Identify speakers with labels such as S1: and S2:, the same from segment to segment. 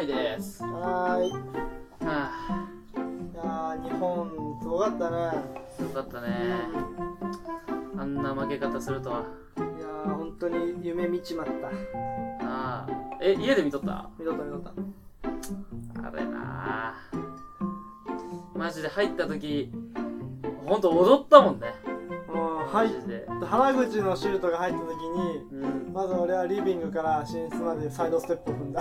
S1: いですは
S2: はーい。い
S1: あ
S2: やー日本、すごかったね。
S1: すごかったねあんな負け方するとはい
S2: やー本当に夢見ちまった。
S1: ああえ家で見とった
S2: 見とった見とった。
S1: あれなあマジで入った時ほんと踊ったもんね
S2: もう、入
S1: マジで
S2: っ原口のシュートが入った時に、
S1: うん
S2: まず俺はリビングから寝室までサイドステップを踏ん だ。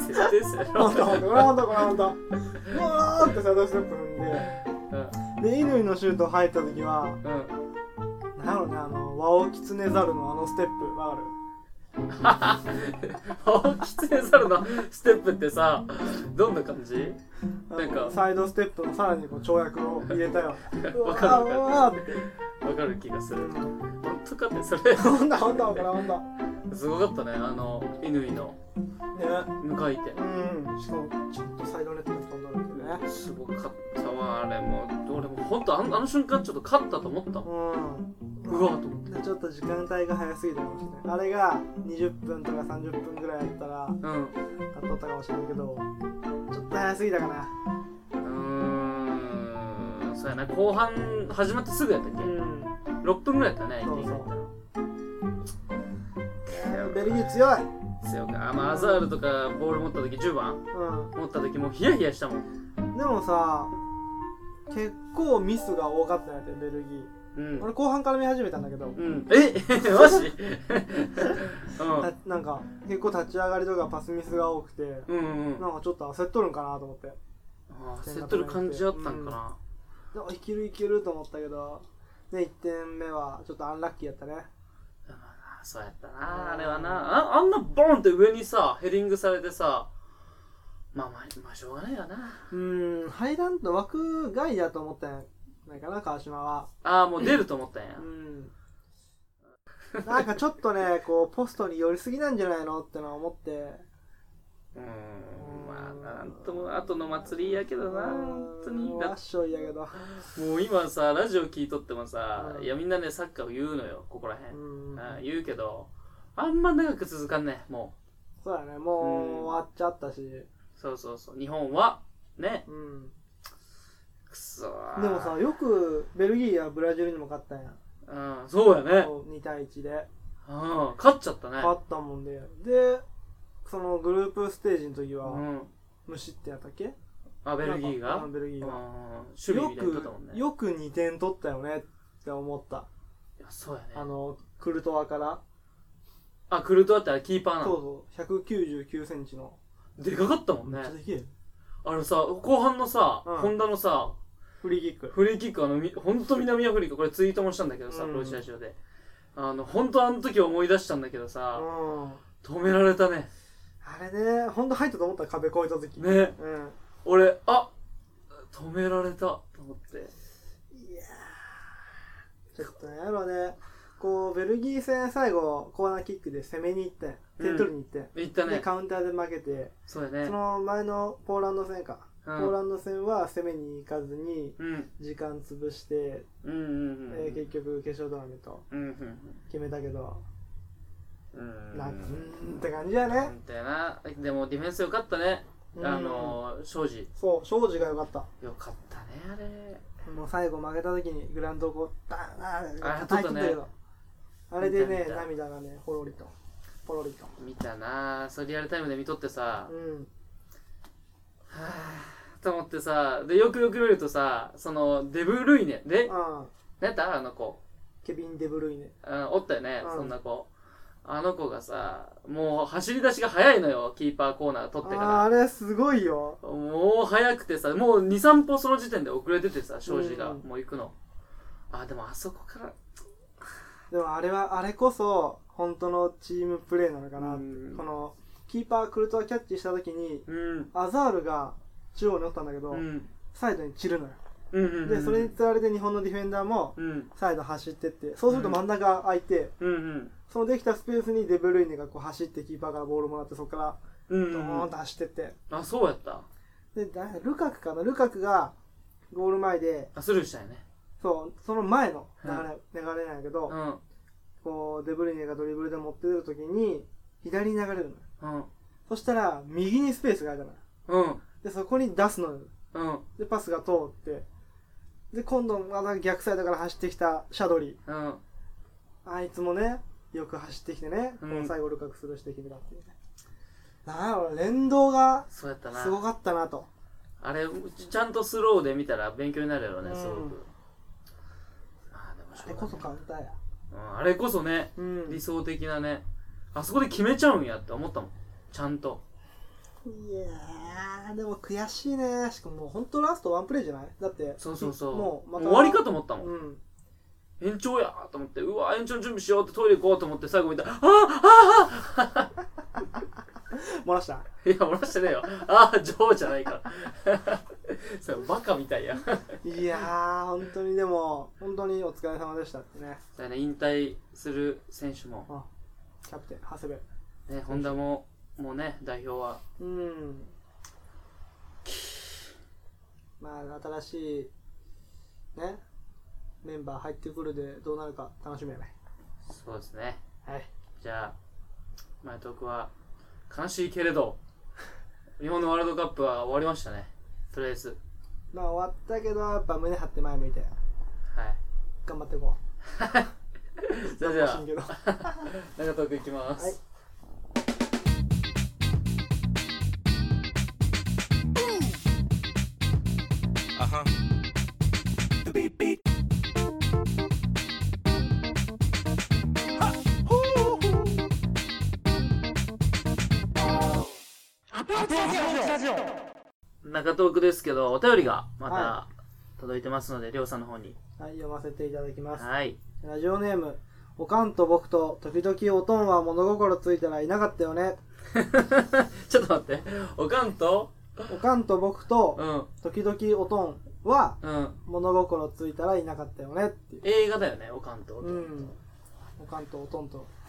S1: 絶対する
S2: ほんとほんと、これほんと、これほんと。うわーってサイドステップ踏んで。で、乾のシュート入った時は、
S1: うんうん
S2: なんやろね、あの、ワオキツネザルのあのステップ、わかる
S1: 青キツネザルのステップってさどんな感じ
S2: あの
S1: なんか
S2: サイドステップのさらにこう跳躍を入れたよ。う
S1: わ
S2: わ
S1: かるわか
S2: ー
S1: る
S2: うわーって。
S1: わかる気がする
S2: うん
S1: 本当かってそ
S2: ほんだほんだほんだほんだ。
S1: れすごかったねあの乾の
S2: ね。
S1: 向かい手
S2: うん。しかも、ちょっとサイドネットに飛んだんだけどね。
S1: すごかったわあれもう俺も本当あのあの瞬間ちょっと勝ったと思ったもん
S2: う
S1: うわと思っ
S2: ん。でちょっと時間帯が早すぎたかもしれない。あれが20分とか30分ぐらいやったら、
S1: たうん
S2: 勝っとったかもしれないけど、ちょっと早すぎたかな。
S1: うーんそうやな後半始まってすぐやったっけ
S2: ん。
S1: 6分ぐらいやったね相手が
S2: ベルギー強い。
S1: 強かあまあアザールとかボール持った時10番
S2: う
S1: 持った時もうヒヤヒヤしたもん
S2: ん。でもさ、結構ミスが多かったんやって、ベルギー。
S1: うん
S2: 俺後半から見始めたんだけど、
S1: うん、え マジ
S2: たなんか結構立ち上がりとかパスミスが多くて、
S1: うんうんうん
S2: なんかちょっと焦っとるんかなと思って。
S1: あー競っとる感じあったんかな、
S2: なんかいけるいけると思ったけど、ね、1点目はちょっとアンラッキーやったね。
S1: あーそうやったなあれはなああんなボンって上にさヘディングされてさまあまあまあしょうがないよな
S2: うーん、入らんと枠外だと思ったんやないかな、川島は。
S1: ああもう出ると思ったんや
S2: うん。なんかちょっとね、こう、ポストに寄りすぎなんじゃないのってのは思って。
S1: うーんまあなんとも後の祭りやけどな本当にだ
S2: わっしょいやけど。
S1: もう今さラジオ聞いとってもさ
S2: うん
S1: いやみんなねサッカーを言うのよここら
S2: う
S1: 辺、
S2: ん。
S1: あー言うけどあんま長く続かんねも
S2: そうだね、もう
S1: うん
S2: 終わっちゃったし。
S1: うそうそうそう日本はね
S2: うん。
S1: くそー
S2: でもさ、よくベルギーやブラジルにも勝ったんや。
S1: うん、そうやね。
S2: こう2対1で。
S1: うん、勝っちゃったね。
S2: 勝ったもんで。で、そのグループステージの時は、
S1: うん。
S2: 無失点やったっけ
S1: あ、ベルギー
S2: なんか
S1: が
S2: うんベルギー
S1: うん
S2: が。
S1: 守備みたいに取ったもんね。
S2: よく、よく2点取ったよねって思った。
S1: いやそうやね。
S2: あの、クルトワから。
S1: あ、クルトワってあれキーパーなの。
S2: そうそう、199センチの。
S1: でかかったもん
S2: め
S1: ね
S2: っち。ゃできる。
S1: あのさ、後半のさ、
S2: うん
S1: ホンダのさ、
S2: フリーキック。
S1: フリーキック、あの、みほんと南アフリカ、これツイートもしたんだけどさ、
S2: うん
S1: プロチラジオで。あの、ほんとあの時思い出したんだけど
S2: うん。
S1: さ、
S2: あ
S1: 止められたね。
S2: れね、ほんと入ったと思った壁越えた時。
S1: ね。
S2: うん。
S1: 俺、あ止められたと思って。
S2: いやーちょっとね、やろね。こう、ベルギー戦最後、コーナーキックで攻めに行ってん。点取りに行ってん。
S1: いった
S2: で、
S1: ね。
S2: カウンターで負けて、
S1: そうやね
S2: そ。の前のポーランド戦か。
S1: う
S2: ポー
S1: ん。
S2: ランド戦は攻めに行かずに、
S1: うん。
S2: 時間潰して、
S1: うんうんうん。
S2: えー結局決勝トーナメント
S1: うんうん
S2: 決めたけど、
S1: うん。
S2: なんかうーんって感じだね。
S1: みたいな。でもディフェンス良かったね。あのー、庄司。
S2: うんそう、庄司が良かった。
S1: 良かったね、あれ。
S2: もう最後負けた時にグラウンドをこう、バーン
S1: あ
S2: 叩いてたけど、あれで
S1: 見た
S2: ね、
S1: 見た
S2: 涙がね、ほろりと、ポロリと。
S1: 見たなそうリアルタイムで見とってさ、
S2: うん。
S1: はぁ、と思ってさ、で、よくよく見るとさ、その、デブルイネ。で、
S2: ああ、
S1: 何やったあの子。
S2: ケビン・デブルイネ。
S1: あおったよね、
S2: うん
S1: そんな子。あの子がさ、もう走り出しが早いのよ、キーパーコーナー取って
S2: あ
S1: か
S2: あれすごいよ。
S1: ら。もう早くてさ、もう2、3歩その時点で遅れててさ、庄司が、
S2: うん
S1: もう行くの。あ、でもあそこから、
S2: でもあれは、あれこそ、本当のチームプレーなのかな。
S1: うん
S2: この、キーパークルトワキャッチした時に、
S1: うん。
S2: アザールが中央におったんだけど、
S1: うん。
S2: サイドに散るのよ。
S1: うんうんうん、
S2: で、それにつられて日本のディフェンダーも、
S1: うん
S2: サイド走ってって、そうすると真ん中空いて、
S1: うんうん
S2: そのできたスペースにデブルイネがこう走ってキーパーからボールもらってそこから
S1: うん
S2: ド
S1: う
S2: ー
S1: んう
S2: ン
S1: ん
S2: と走ってって、
S1: あそうやった
S2: でだルカクかなルカクがゴール前で
S1: あスルーしたよね
S2: そうその前の流れ,、
S1: は
S2: 流れなんやけど、
S1: うん
S2: こうデブルイネがドリブルで持ってる時に左に流れるのよ
S1: うん
S2: そしたら、右にスペースがあるから。
S1: うん。
S2: で、そこに出すのよ。
S1: うん。
S2: で、パスが通って。で、今度、また逆サイドから走ってきたシャドリー。
S1: うん。
S2: あいつもね、よく走ってきてね、
S1: うん
S2: この最後、ルカクスルーして決めたっていうね。なあ、俺連動が
S1: そうやったな
S2: す。ごかったなと。
S1: あれ、ちちゃんとスローで見たら勉強になるやろね、
S2: うん
S1: すごく。まあでもし
S2: あ
S1: ょう
S2: れ
S1: がない
S2: こそ簡単や。
S1: うんあれこそね、
S2: うん。
S1: 理想的なね。あそこで決めちゃうんやって思ったもん。ちゃんと。
S2: いやー、でも悔しいね。しかももう本当ラストワンプレーじゃないだって、
S1: そうそうそう。
S2: も
S1: も
S2: う
S1: う
S2: また
S1: 終わりかと思ったもん。
S2: うん。
S1: 延長やと思って、うわ、延長の準備しようってトイレ行こうと思って、最後見たら、あー
S2: 漏らした。
S1: いや、漏らしてねえよ。ああ、ジョーじゃないから。それバカみたいや。だか
S2: いやー、本当にでも、本当にお疲れ様でしたってね。
S1: らね、引退する選手も、
S2: あキャプテン、長谷部。
S1: ね、ホンダも、もうね、代表は。
S2: うん。まあ、新しい、ね、メンバー入ってくるでどうなるか楽しみやね。
S1: そうですね。
S2: はい。
S1: じゃあ、前トークは、悲しいけれ ど、日本のワールドカップは終わりましたね。とりあえず。
S2: まあ、終わったけど、やっぱ胸張って前向いて、
S1: はい。
S2: 頑張っていこ う。
S1: それでは
S2: 楽しいけど。
S1: 中トークいきます、
S2: はい
S1: 中トークですけどお便りがま
S2: は
S1: た届いてますので、りょうさんの方に
S2: はい、読ませていただきます。
S1: はい
S2: ラジオネーム、おかんと僕と、時々おとんは物心ついたらいなかったよね。
S1: ちょっと待っておかんと
S2: おかんと僕と
S1: う、ん
S2: 時々おとんは
S1: うん
S2: 物心ついたらいなかったよねっていう。
S1: 映画だよねおかんと、
S2: うん。おかんとおとんと。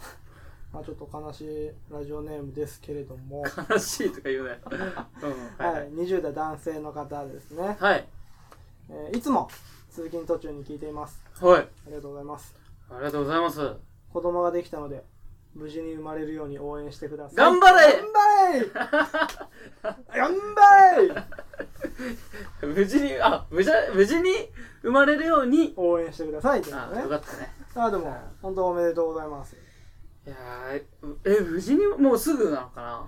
S2: まあちょっと悲しいラジオネームですけれども、は
S1: 悲しいとか言うねうんはい
S2: い、20代男性の方ですね。
S1: はい
S2: えーいつも通勤途中に聞いています。
S1: はい
S2: ありがとうございます。
S1: ありがとうございます
S2: 子供ができたので、無事に生まれるように応援してください。
S1: 頑張れ
S2: 頑 張れ頑張れ
S1: 無事にあ無事無事に生まれるように
S2: 応援してくださいってこと
S1: あ
S2: ね
S1: よかったね
S2: あでも本当おめでとうございます
S1: いやーえ無事にもうすぐなのかな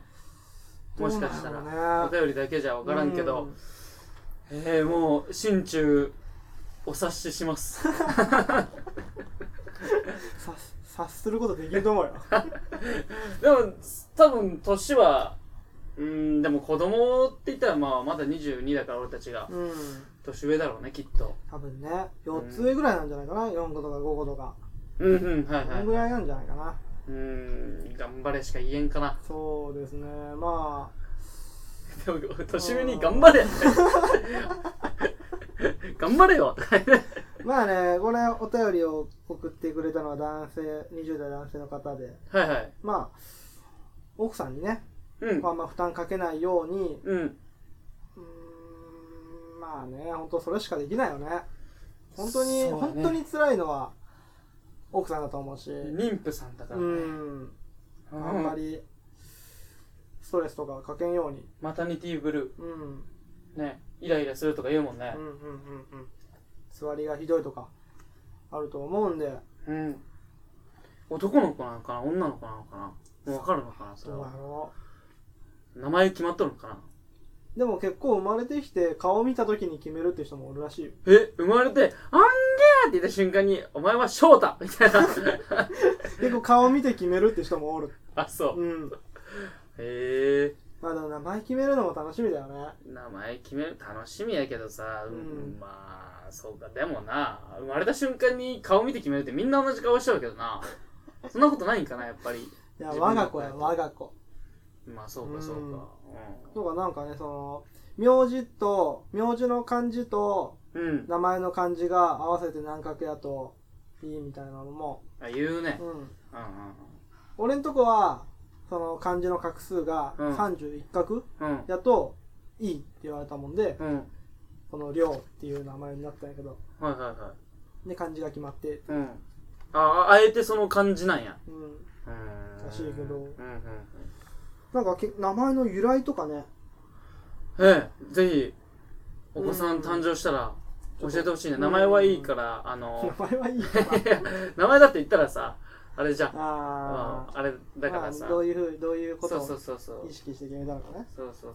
S1: もしかした
S2: どうなんだ
S1: ら
S2: ろ
S1: お
S2: うね
S1: 便りだけじゃ分からんけど、
S2: うん
S1: えー、もう心中お察しします
S2: 察察することできると思うよ
S1: でも多分年はうんでも子供って言ったらまあまだ22だから俺たちが
S2: うん
S1: 年上だろうねきっと
S2: 多分ね4つ上ぐらいなんじゃないかな4個とか5個とか
S1: うんうんはい
S2: こ
S1: は
S2: の
S1: い
S2: ぐらいなんじゃないかな
S1: うん頑張れしか言えんかな
S2: そうですねまあ
S1: でも 年上に頑張れ 頑張れよ
S2: まあねこれお便りを送ってくれたのは男性20代男性の方で
S1: はいはい
S2: まあ奥さんにね、
S1: うん
S2: あんま負担かけないように
S1: うん
S2: うーんまあね本当それしかできないよね本当に、
S1: そうだね
S2: 本当に辛いのは奥さんだと思うし、
S1: 妊婦さんだか
S2: う
S1: らね、
S2: んあんまりストレスとかかけんように
S1: マタニティブル
S2: うんうん
S1: ーねイライラするとか言うもん
S2: うん
S1: ね
S2: うんうん座りがひどいとかあると思うんで
S1: うん男の子なのかな女の子なのかなもう分かるのかなそれ
S2: どうや
S1: は
S2: ろ
S1: 名前決まっとるのかな
S2: うでも結構生まれてきて顔見た時に決めるって人もおるらしいよ
S1: え生まれて「あんげー!」って言った瞬間に「お前は翔太!」みたいな
S2: 結構顔見て決めるって人もおる
S1: あそう
S2: うん
S1: へえ
S2: まあでも名前決めるのも楽しみだよね
S1: 名前決める楽しみやけどさ、うん
S2: うん
S1: まあそうかでもな生まれた瞬間に顔見て決めるってみんな同じ顔しちゃうけどな そんなことないんかなやっぱり
S2: いや
S1: 自
S2: 我
S1: 分の
S2: が子や我が子
S1: まあそうかそうか
S2: とかなんかねその名字と名字の漢字と
S1: うん、うん、
S2: 名前の漢字が合わせて何画やといいみたいなのも、
S1: あ言うね
S2: うん、
S1: うん
S2: 俺んとこはその漢字の画数が
S1: うん
S2: 31画
S1: うんうん
S2: やといいって言われたもんで
S1: うん
S2: この「亮」っていう名前になったんやけど
S1: はいはいはい
S2: で漢字が決まって
S1: うんあああえてその感じなんや
S2: うん
S1: うん
S2: らしいけど
S1: うんうんうん
S2: なんかけ名前の由来とかね
S1: ええ、ぜひ、お子さん誕生したら、教えてほしいね。名前はいいから、あ
S2: 名
S1: の、
S2: 前はいいかな
S1: 名前だって言ったらさ、あれじゃん。
S2: あ
S1: あ
S2: あ
S1: あれだからさ。
S2: まあど
S1: そう
S2: ういうふうにどういうこと
S1: そうそう
S2: を
S1: そう。そう
S2: 意識して決めたのかね
S1: そうそう。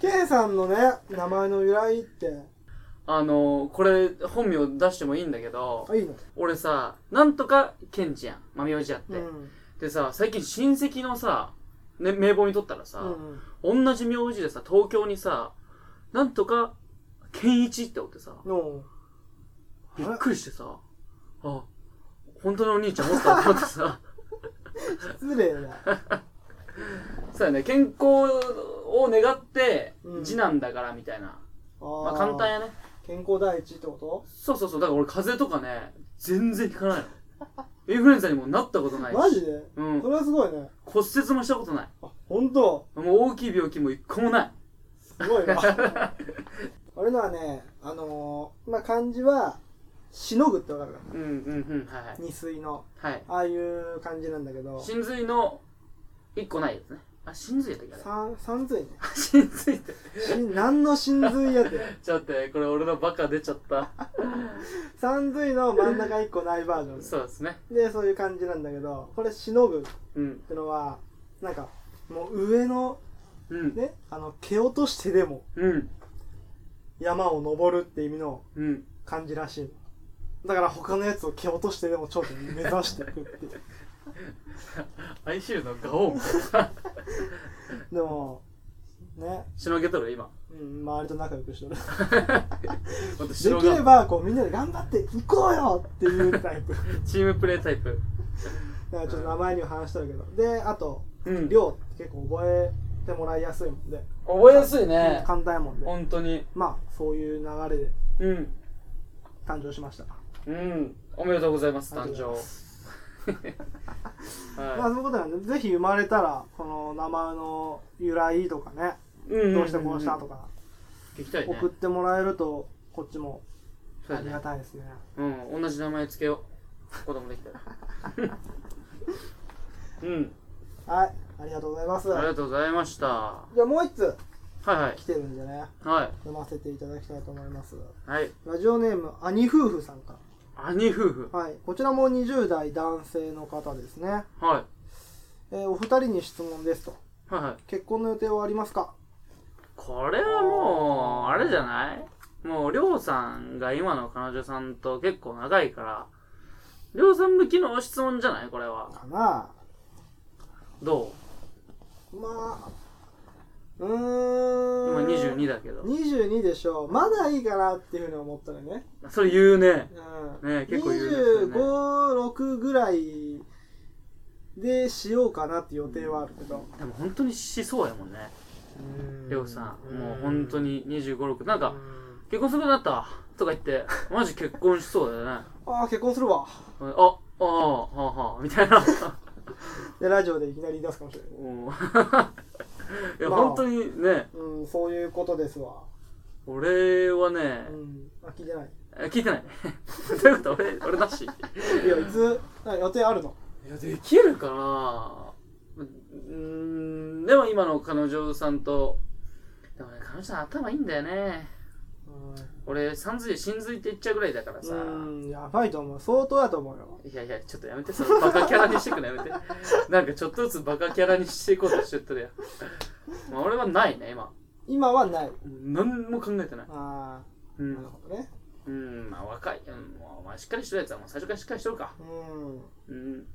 S2: ケイさんのね名前の由来って
S1: あの、これ、本名出してもいいんだけど、
S2: あいいの
S1: 俺さ、なんとかケンチやん。まみおじやって。
S2: うん
S1: でさ、最近親戚のさ、ね、名簿に取ったらさ、
S2: うん
S1: 同じ名字でさ、東京にさ、なんとか、健一っておってさ、
S2: の
S1: びっくりしてさ、あ、本当のお兄ちゃんおったと思って さ、
S2: 失礼だ
S1: そうやね、健康を願って
S2: う、ん
S1: 次男だからみたいな。ま
S2: ま
S1: あ簡単やね。
S2: 健康第一ってこと
S1: そうそうそう、だから俺風邪とかね、全然ひかないの。インフルエンザにもなったことないし。
S2: マジで
S1: うん
S2: そ。れはすごいね
S1: 骨折もしたことない。
S2: あ本当
S1: もう大きい病気も一個もない。
S2: すごいな 俺のはねあのーまあ漢字はしのぐってわかるか
S1: うんうんうん、はいはい。
S2: 二水の
S1: はい。
S2: ああいう感じなんだけど
S1: 真髄の一個ないやつね。あ、真髄やったっけあれ
S2: 三三髄ね
S1: 真髄って。
S2: し何の真髄やって
S1: ちょっと待って、これ俺のバカ出ちゃった。
S2: 三髄の真ん中一個ないバージョン
S1: そうですね。
S2: でそういう感じなんだけどこれしのぐっ
S1: うん。
S2: てのはなんかもう上の
S1: うん。
S2: ねあの蹴落としてでも
S1: うん。
S2: 山を登るって意味の
S1: うん。
S2: 感じらしいだから他のやつを蹴落としてでも頂点に目指していくっていう
S1: 哀愁のガオーン。
S2: でもね
S1: しのげとる今。
S2: うん、周りと仲良くしてる
S1: ほんと
S2: で
S1: 白
S2: きれ
S1: が。
S2: ばこうみんなで頑張っていこうよっていうタ イプだか
S1: チームプレイタイプ。
S2: らちょっと名前には話してるけどであと
S1: うん
S2: 量って結構覚えてもらいやすいもんで、
S1: 覚えやすいね。
S2: 簡単やもんで
S1: 本当に。
S2: まあそういう流れで
S1: うん。
S2: 誕生しました、
S1: うん。おめでとうございます、
S2: あ
S1: 誕
S2: りが
S1: 生
S2: とうございま。まあ
S1: は
S2: そういうことなんでぜひ生まれたらこの名前の由来とかね
S1: い。うんんん
S2: どうしてこうしたと。か
S1: 聞きたいね
S2: 送っ。てもらえるとこっちも
S1: そうや
S2: あり
S1: ね
S2: が。たいですね
S1: うん。同じ名前つけよう。子供できたら。 うん。
S2: はいありがとうございます
S1: ありがとうございました。は
S2: じゃあもう一つ
S1: いはい
S2: 来。てるんでね
S1: は
S2: 読ませていただきたいと思います
S1: い。はい。
S2: ラジオネーム兄夫婦さんか
S1: 兄夫婦。
S2: らはいこちらも20代男性の方ですね、
S1: は
S2: えーお二人に質問ですと
S1: い。はいはい。
S2: 結婚の予定はありますか
S1: これはもう、あれじゃないもう、りょうさんが今の彼女さんと結構長いから、りょうさん向きの質問じゃないこれは。
S2: かな
S1: ど
S2: まあう
S1: う
S2: ー
S1: 今
S2: ん
S1: 22だけど。
S2: 22でしょまだいいかなっていうふうに思ったらね,、
S1: それ言うね。
S2: うん、
S1: ね結構言うんですよね
S2: 256ぐらいでしようかなって予定はあるけど
S1: でも本当にしそうやもんね。りょうさん。もう本当
S2: に
S1: に25、6。なんか、結婚することになったとか言って、マジ結婚しそうだよね。
S2: ああ結婚するわ
S1: あ、ああ、はあはあ、みたいな。
S2: でラジオでいきなり言い出すかもしれない
S1: うん いや、
S2: まあ
S1: 本当にね、
S2: うんそういうことですわ
S1: 俺はね、
S2: うんあ聞いてない
S1: え聞いてない どういうこと俺俺なし
S2: いやいつあ予定あるの
S1: いやできるかなうーんでも今の彼女さんとでもね彼女さん頭いいんだよね俺さんずい真髄って言っちゃうぐらいだからさ
S2: うんやばいと思う相当だと思うよ
S1: いやいやちょっとやめてそのバカキャラにしてくのや めてなんかちょっとずつバカキャラにしていこうとしてってるやんまあ俺はないね今
S2: 今はない
S1: 何も考えてない
S2: あ
S1: う
S2: あなる
S1: ん、
S2: ほどね
S1: うん、まあ若い、うん、まあまあしっかりしてるやつはもう最初からしっかりしてるか
S2: うん
S1: うん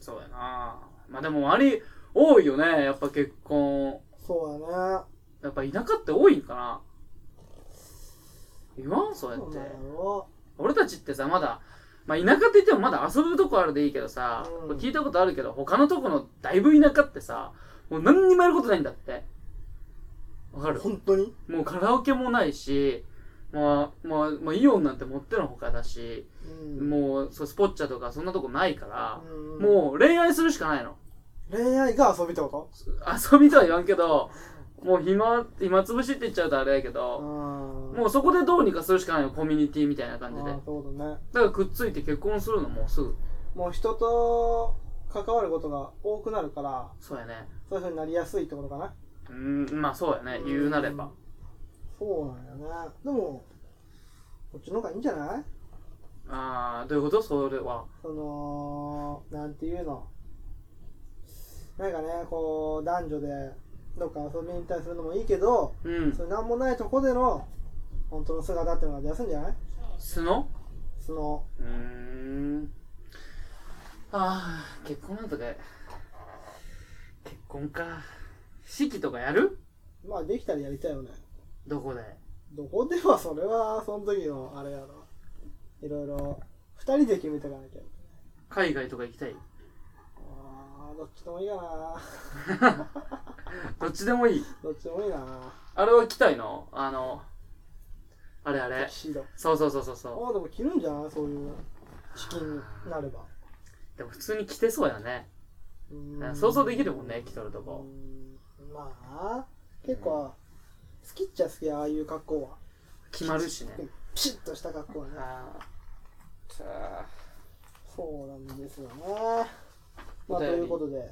S1: そうやなまあでも周り多いよねやっぱ結婚
S2: そうだね
S1: やっぱ田舎って多いんかな言わんそうや
S2: そ
S1: っ
S2: う
S1: て
S2: なんやろ
S1: 俺たちってさまだまあ田舎って言ってもまだ遊ぶとこあるでいいけどさ、
S2: うん
S1: これ聞いたことあるけど他のとこのだいぶ田舎ってさもう何にもやることないんだってわかる
S2: 本当に
S1: もうカラオケもないしまあ、まあ、まあ、イオンなんて持ってのほかだし、
S2: うん
S1: もう、そう、スポッチャとかそんなとこないから、
S2: うん
S1: もう恋愛するしかないの。
S2: 恋愛が遊びってこ
S1: 遊びとは言わんけど、もう暇、暇つぶしって言っちゃうとあれやけ
S2: と
S1: ど、
S2: も
S1: もうそこでどうにかするしかないの、コミュニティみたいな感じで。だ
S2: そうだね
S1: からくっついて結婚するのもうすぐ。
S2: もう人と関わることが多くなるから、
S1: そうやね
S2: そういう風になりやすいってことかな。
S1: うんまあそうやね言うなれば
S2: ん。そうなんだよね。でも、こっちの方がいいんじゃない
S1: ああどういうことそれは
S2: その、なんていうの。なんかね、こう、男女で、どっか遊びに行ったりするのもいいけど、
S1: うん
S2: それなんもないとこでの、本当の姿っていうのが出やすいんじゃない
S1: 素の
S2: その、
S1: うーんああ結婚なんとか結婚か式とかやる
S2: まあできたらやりたいよね。
S1: どこで
S2: どこではそれは、その時の、あれやろ。いろいろ、二人で決めていかなきゃ。
S1: 海外とか行きたい
S2: あーどっちでもいいかな。
S1: どっちでもいい
S2: どっちでもいいな。
S1: あれは行きたいのあのあれあれ
S2: シード。
S1: そうそうそうそうそう
S2: ああ、でも着るんじゃないそういう、資金になれば。
S1: でも普通に着てそうやね
S2: うーん
S1: 想像できるもんね着とるとこ
S2: うーんまあ結構好きっちゃ好きやああいう格好は
S1: 決まるしね
S2: ピシッとした格好はね
S1: ああ
S2: そうなんですよねま
S1: お
S2: あと
S1: 便り
S2: いうことであ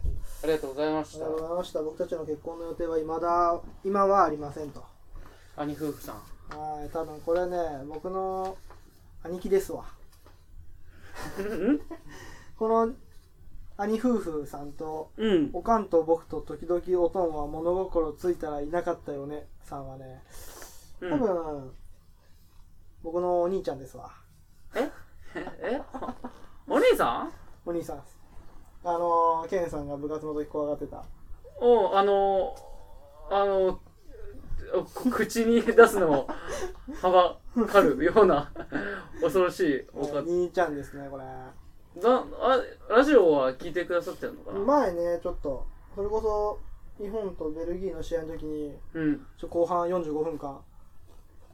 S1: ありがとうございまし
S2: り
S1: た
S2: がとうございました僕たちの結婚の予定は未だ今はありませんと
S1: 兄夫婦さん
S2: はい多分これね僕の兄貴ですわ この兄夫婦さんと
S1: うん
S2: おかんと僕と時々おとんは物心ついたらいなかったよねさんはね
S1: う
S2: 多
S1: ん
S2: 分、僕のお兄ちゃんですわ
S1: え お兄さん
S2: お兄さんですあのー、ケンさんが部活の時怖がってた
S1: おあのあのこ口に出すのをはばかるような恐ろしいお
S2: お
S1: か
S2: 兄ちゃんですねこれ
S1: だあラジオは聞いてくださってるのかな、
S2: 前ねちょっとそれこそ日本とベルギーの試合の時に
S1: うん
S2: ちょ後半45分間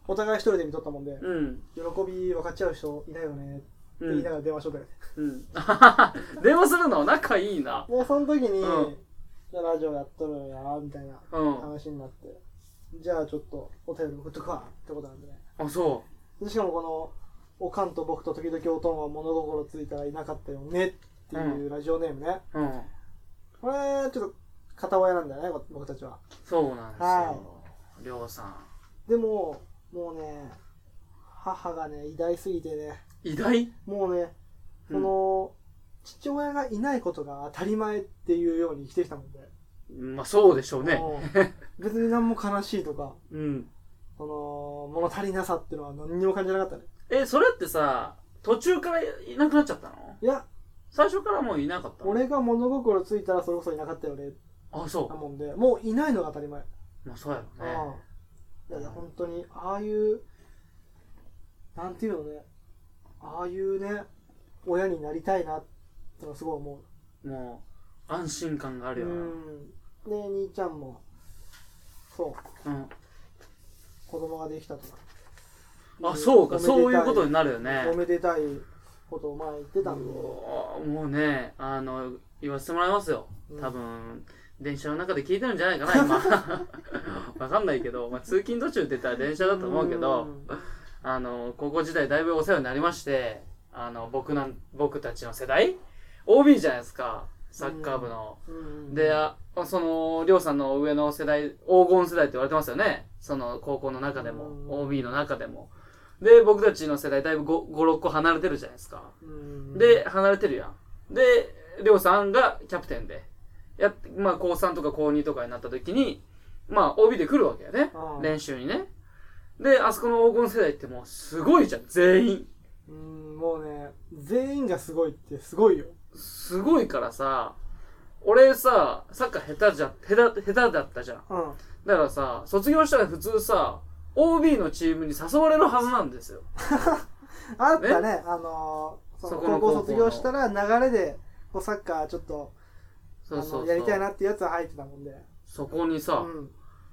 S2: お互い一人で見とったもんで
S1: うん
S2: 喜び分かっちゃう人いないよねって
S1: う
S2: 言い
S1: ん
S2: ながら電話しとったよね、
S1: うん。 電話するの仲いいな。
S2: でその時に、
S1: うん
S2: じゃあラジオやっとるんやみたいな
S1: うん。
S2: 話になってじゃあちょっとお便り送っとくわってことなんでね
S1: あ、そ
S2: でしかもこの「おかんと僕と時々おとんは物心ついたらいなかったよね」っていうラジオネームね、
S1: う。うん。
S2: これちょっと片親なんだよねこ僕たちは
S1: そうなんですよ
S2: は。
S1: りょうさん。
S2: でももうね母がね偉大すぎてね
S1: 偉大
S2: もうね
S1: う
S2: そ
S1: ん
S2: の、父親がいないことが当たり前っていうように生きてきたもんで、
S1: まあ、そうでしょうね。
S2: うん別に何も悲しいとか
S1: うん。
S2: その物足りなさっていうのは何にも感じなかったね
S1: え、それってさ、途中からいなくなっちゃったの
S2: いや
S1: 最初からもういなかったの
S2: 俺が物心ついたらそれこそいなかったよね
S1: あ、そ
S2: なもんでもういないのが当たり前
S1: う。まあ、そうやろね。
S2: うんいやいや本当にああいうなんていうのねああいうね親になりたいなってのはすごい思
S1: もう、安心感があ
S2: う
S1: るよね。
S2: うんね兄ちゃんもそう
S1: うん。
S2: 子供ができたとか
S1: あ、そうか。
S2: おめでた
S1: そういうことになるよね。
S2: おめでたいことを前言ってたんで
S1: うわもうね、あの、言わせてもらいますよ。
S2: うん
S1: 多分、電車の中で聞いてるんじゃないかな、 今。わかんないけど、まあ、通勤途中って言ったら電車だと思うけど、
S2: ん
S1: あの、高校時代だいぶお世話になりまして、あの、僕なん、僕たちの世代 ?OB じゃないですか。サッカー部の。
S2: うん
S1: で、あその、りょうさんの上の世代、黄金世代って言われてますよね。その、高校の中で
S2: う
S1: も、
S2: ん
S1: OB の中でも。で、僕たちの世代、だいぶ5、5 6個離れてるじゃないですか。
S2: うん
S1: で、離れてるやん。で、りょうさんがキャプテンで、やっまあ、高3とか高2とかになった時に、まあ、帯で来るわけやね
S2: あ。あ
S1: 練習にね。で、あそこの黄金世代ってもうすごいじゃん、全員。
S2: うんもうね全員がすごいってすごいよ
S1: すごいからさ、俺さ、サッカー下手じゃん、下手、下手だったじゃん。
S2: うん
S1: だからさ、卒業したら普通さ、OB のチームに誘われるはずなんですよ。
S2: あったね、あのー、そ
S1: そこの高
S2: の高
S1: 校
S2: 校
S1: の
S2: 卒業したら流れで、こうサッカーちょっと
S1: そうそうそ
S2: あ
S1: う。
S2: のやりたいなっていうやつは入ってたもんで。
S1: そこに
S2: う
S1: さ、
S2: ん。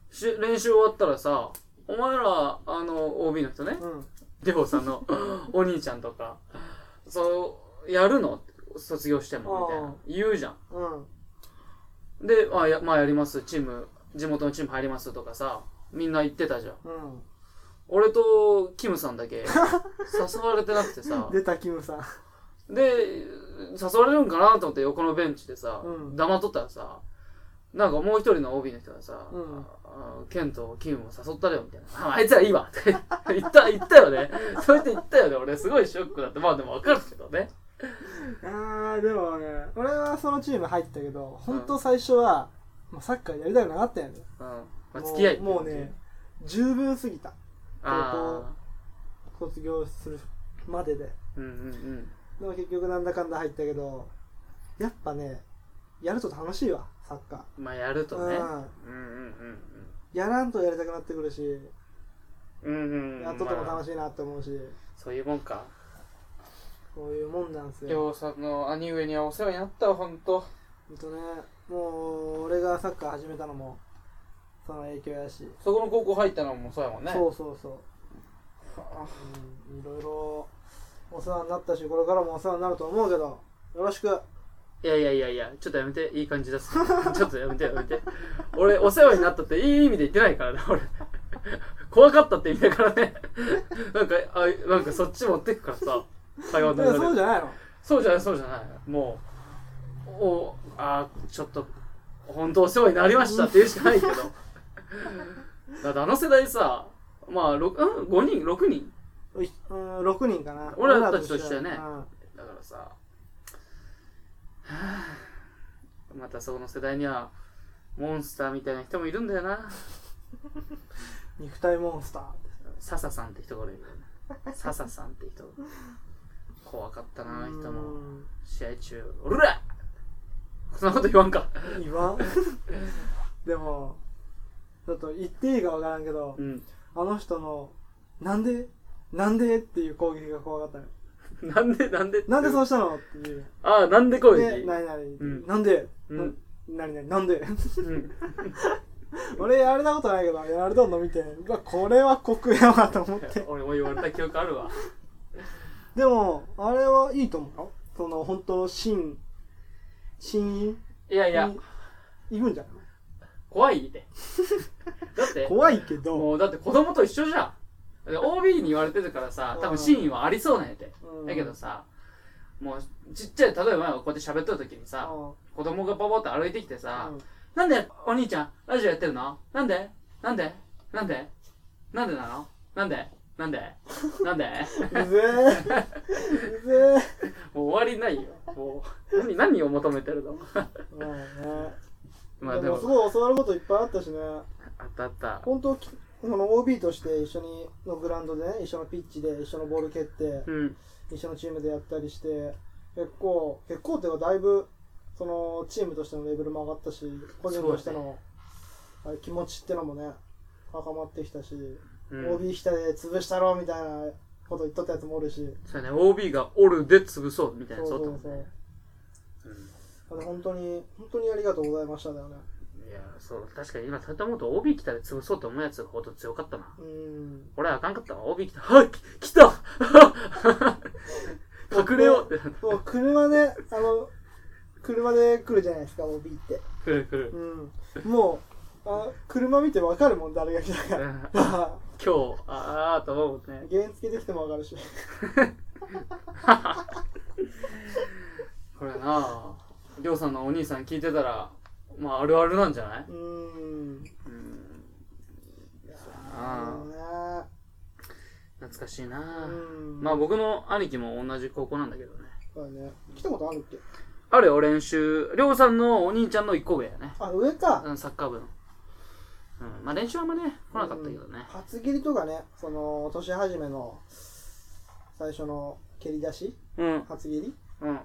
S1: し練習終わったらさ、お前ら、あの、OB の人ね、
S2: うん。
S1: りょうさん のお兄ちゃんとか、そう、やるの卒業しても、みたい
S2: ああ
S1: な。言うじゃん。
S2: うん。
S1: で、あ、や、まあやります、チーム、地元のチーム入りますとかさ、みんな言ってたじゃん。
S2: うん。
S1: 俺とキムさんだけ、誘われてなくてさ、
S2: 出た、キムさん。
S1: で、誘われるんかなと思って横のベンチでさ、
S2: うん
S1: 黙っとったらさ、なんかもう一人の OB の人がさ、
S2: うん
S1: あケンとキムも誘ったれよ、みたいな。ああいつらいいわ って言った、言ったよね。そうやって言ったよね。俺すごいショックだって。まあでもわかるけどね。
S2: あーでもね俺はそのチーム入ったけど本当最初は、もうサッカーやりたくなかったんやね
S1: うん。まあ、
S2: もう
S1: 付き合いって
S2: もうね十分過ぎた
S1: あ
S2: 卒業するまでで
S1: あ。うんうん
S2: でも結局なんだかんだ入ったけどやっぱねやると楽しいわサッカ
S1: うん。まあやる
S2: ー、
S1: とね。
S2: うん
S1: うんうんうん
S2: やらんとやりたくなってくるし
S1: うん。うんうん。
S2: やっとっても
S1: ま
S2: 楽
S1: あ
S2: しいなって思うし、
S1: そういうもんか。
S2: そういうもんなんですよ
S1: りょうさんの兄上にはお世話になったわ、ほんと。
S2: ほんとねもう俺がサッカー始めたのもその影響やし、
S1: そこの高校入ったのもそうやもんね。
S2: そうそうそう
S1: あ
S2: うんいろいろお世話になったしこれからもお世話になると思うけどよろしく
S1: いやいやいやいや、ちょっとやめて、いい感じだす。 ちょっとやめてやめて。俺、お世話になったっていい意味で言ってないからね、俺。怖かったって意味だからね。なんか、あなんかそっち持ってくからさ、会話
S2: で
S1: の
S2: も
S1: 流
S2: そう
S1: れ。
S2: じゃないの
S1: そうじゃない、そうじゃない。もう、お、あーちょっと、本当お世話になりましたって言うしかないけど。だってあの世代さ、まあ、ろくうん5人、6人
S2: ういうん6人かな
S1: 俺らたちとしてはね
S2: 俺らとして
S1: だからさ、はあ、またそこの世代にはモンスターみたいな人もいるんだよな。
S2: うん肉体モンスター
S1: 笹さんって人がおるんだよね。笹さんって人。怖かったな、あの人も。
S2: うん
S1: 試合中、おらそんなこと言わんか。
S2: 言わん でもちょっと言っていいか分からんけど、
S1: うん。
S2: あの人のなんでなんでっていう攻撃が怖かったのよ
S1: なんで、なんで
S2: なんでそううしたのっていう
S1: ああ、なんで攻
S2: で
S1: 撃
S2: 何々、
S1: ん
S2: なんで、
S1: うん
S2: な何々なんで
S1: うん。
S2: 俺やられたことないけどやられたの見てうわこれは酷やわと思って
S1: 俺も言われた記憶あるわ。
S2: でもあれはいいと思うよその本当真真意
S1: いやいや、
S2: いるんじゃな
S1: 怖いって。だっ
S2: い
S1: て、
S2: 怖いけど、
S1: もうだって子供と一緒じゃん。で OB に言われてるからさ、多分真意はありそうなんやて。
S2: うん
S1: だけどさ、もうちっちゃい、例えばこうやって喋っとる時にさ、子供がパパって歩いてきてさ、なんでお兄ちゃん、ラジオやってるのなんでなんでなんでなんでなのなんでなんでなんで
S2: うんうぜ えうぜ
S1: もう終わりないよ。もう、何、何を求めてるの
S2: えまあね
S1: まあで
S2: でもす
S1: も、
S2: ごい教わることいっぱいあったしね
S1: あったあった。
S2: 本当きその OB として一緒にのグラウンドでね一緒のピッチで一緒のボール蹴って
S1: うん。
S2: 一緒のチームでやったりして結構結構っていうかだいぶそのチームとしてのレベルも上がったし個人としての、あれ気持ちってのもね高まってきたし、
S1: うん、
S2: OB 来たで潰したろみたいなこと言っとったやつもおるし
S1: そうやね、OB がおるで潰そうみたいな、そ
S2: そうそう
S1: だ
S2: う
S1: った
S2: そ
S1: もん
S2: う
S1: ね。
S2: あの本当に本当にありがとうございましただよね
S1: うんいや、そう、確かに今、そうやって思うと OB 来たら潰そうと思うやつほど強かったな。
S2: うん
S1: 俺はあかんかったわ。帯来た。はい、き来た 隠れようってなった。
S2: もう車であの車で来るじゃないですか OB って
S1: くるくる。
S2: うんもうあ車見てわかるもん誰が来た
S1: うん
S2: か
S1: 今
S2: ら
S1: 日、あーあーと思うもんね。
S2: 原付できてもわかるし
S1: これなありょうさんのお兄さん聞いてたら、まああるあるなんじゃないう
S2: ーん
S1: うん。そうや
S2: なる
S1: な
S2: ほどね
S1: 懐かしいなあ
S2: うん
S1: まあ僕の兄貴も同じ高校なんだけどね。
S2: そうだね来たことあるっけ
S1: あるよ、練習。りょうさんのお兄ちゃんの一個上やね。
S2: あ上か
S1: うんサッカー部の。うん。まあ練習はあんまね、来なかったけど
S2: うん
S1: ね。
S2: 初蹴りとかねその年始めの最初の蹴り出し
S1: うん。
S2: 初蹴り
S1: うん。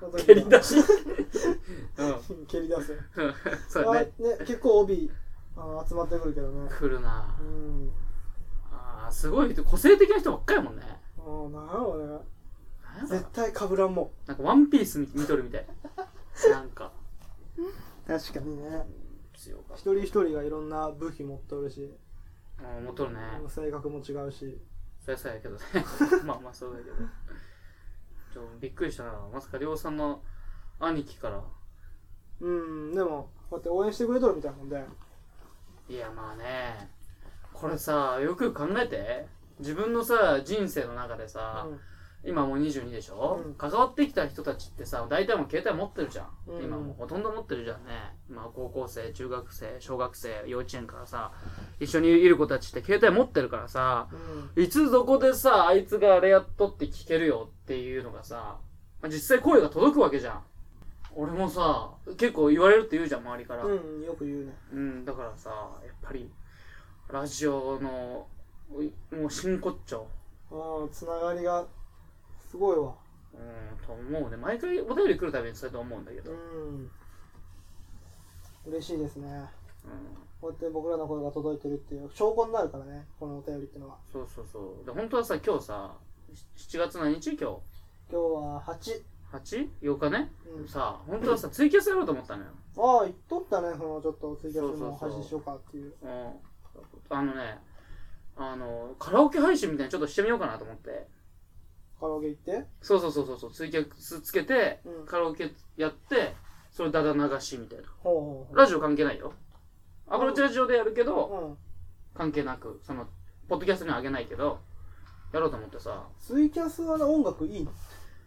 S2: の時の
S1: 蹴り出し。うん。
S2: 蹴り出す
S1: うんそうやね。
S2: あね結構帯あの集まってくるけどね
S1: 来るな
S2: うん
S1: あーすごい人個性的な人ばっかりやもんね。
S2: あーなんやろ
S1: な
S2: うんね
S1: や
S2: 絶
S1: ろ
S2: 対かぶらんもん
S1: なんかワンピース見見とるみたい。なんか、
S2: 確かにね
S1: 強かっ
S2: 一人一人がいろんな武器持っとるし、
S1: た。うん、持っとるね。
S2: 性格も違うし
S1: そりゃそうやけどね。 まあまあそうだけど。ちょびっくりしたな。まさかりょうさんの兄貴から。
S2: うんでもこうやって応援してくれとるみたいなんで
S1: いやまあね。これさ、よく考えて。自分のさ、人生の中でさ、今もう22でしょ、
S2: うん
S1: 関わってきた人たちってさ大体もう携帯持ってるじゃん、
S2: うん
S1: 今もうほとんど持ってるじゃんね今高校生中学生小学生幼稚園からさ一緒にいる子たちって携帯持ってるからさ
S2: うん
S1: いつどこでさあいつがあれやっとって聞けるよっていうのがさまあ実際声が届くわけじゃん俺もさ結構言われるって言うじゃん周りから、
S2: うん、よく言うね。
S1: うん、だからさ、やっぱり、ラジオの、うもう真骨頂。
S2: うん、つながりがすごいわ。
S1: うん、と思うね。毎回お便り来るたびにそれと思うんだけど。
S2: う
S1: うん。
S2: ん。嬉しいですね。こうやって僕らの声が届いてるっていう証拠になるからね、このお便りってのは。
S1: そうそうそう。で、本当はさ、今日さ、し7月何日今
S2: 今日は8。
S1: 日 ?8?8 日ね。
S2: うん、
S1: さあ、本当はさ、ツイキャスやろうと思ったのよ。
S2: ああ、言っとったね、そのちょっとツイキャスの
S1: そうそうそう
S2: 配信しようかっていう。
S1: うん。あのね、あの、カラオケ配信みたいにちょっとしてみようかなと思って。
S2: カラオケ行って。
S1: そうそうそうそうそう、ツイキャスつけて、
S2: うん。
S1: カラオケやって、それダダ流しみたいな。
S2: ほうほう
S1: ラジオ関係ないよ。アプローチラジオでやるけど、
S2: ほう。うん。
S1: 関係なく、その、ポッドキャストにはあげないけど、やろうと思ってさ、
S2: ツイキャスはね音楽いいの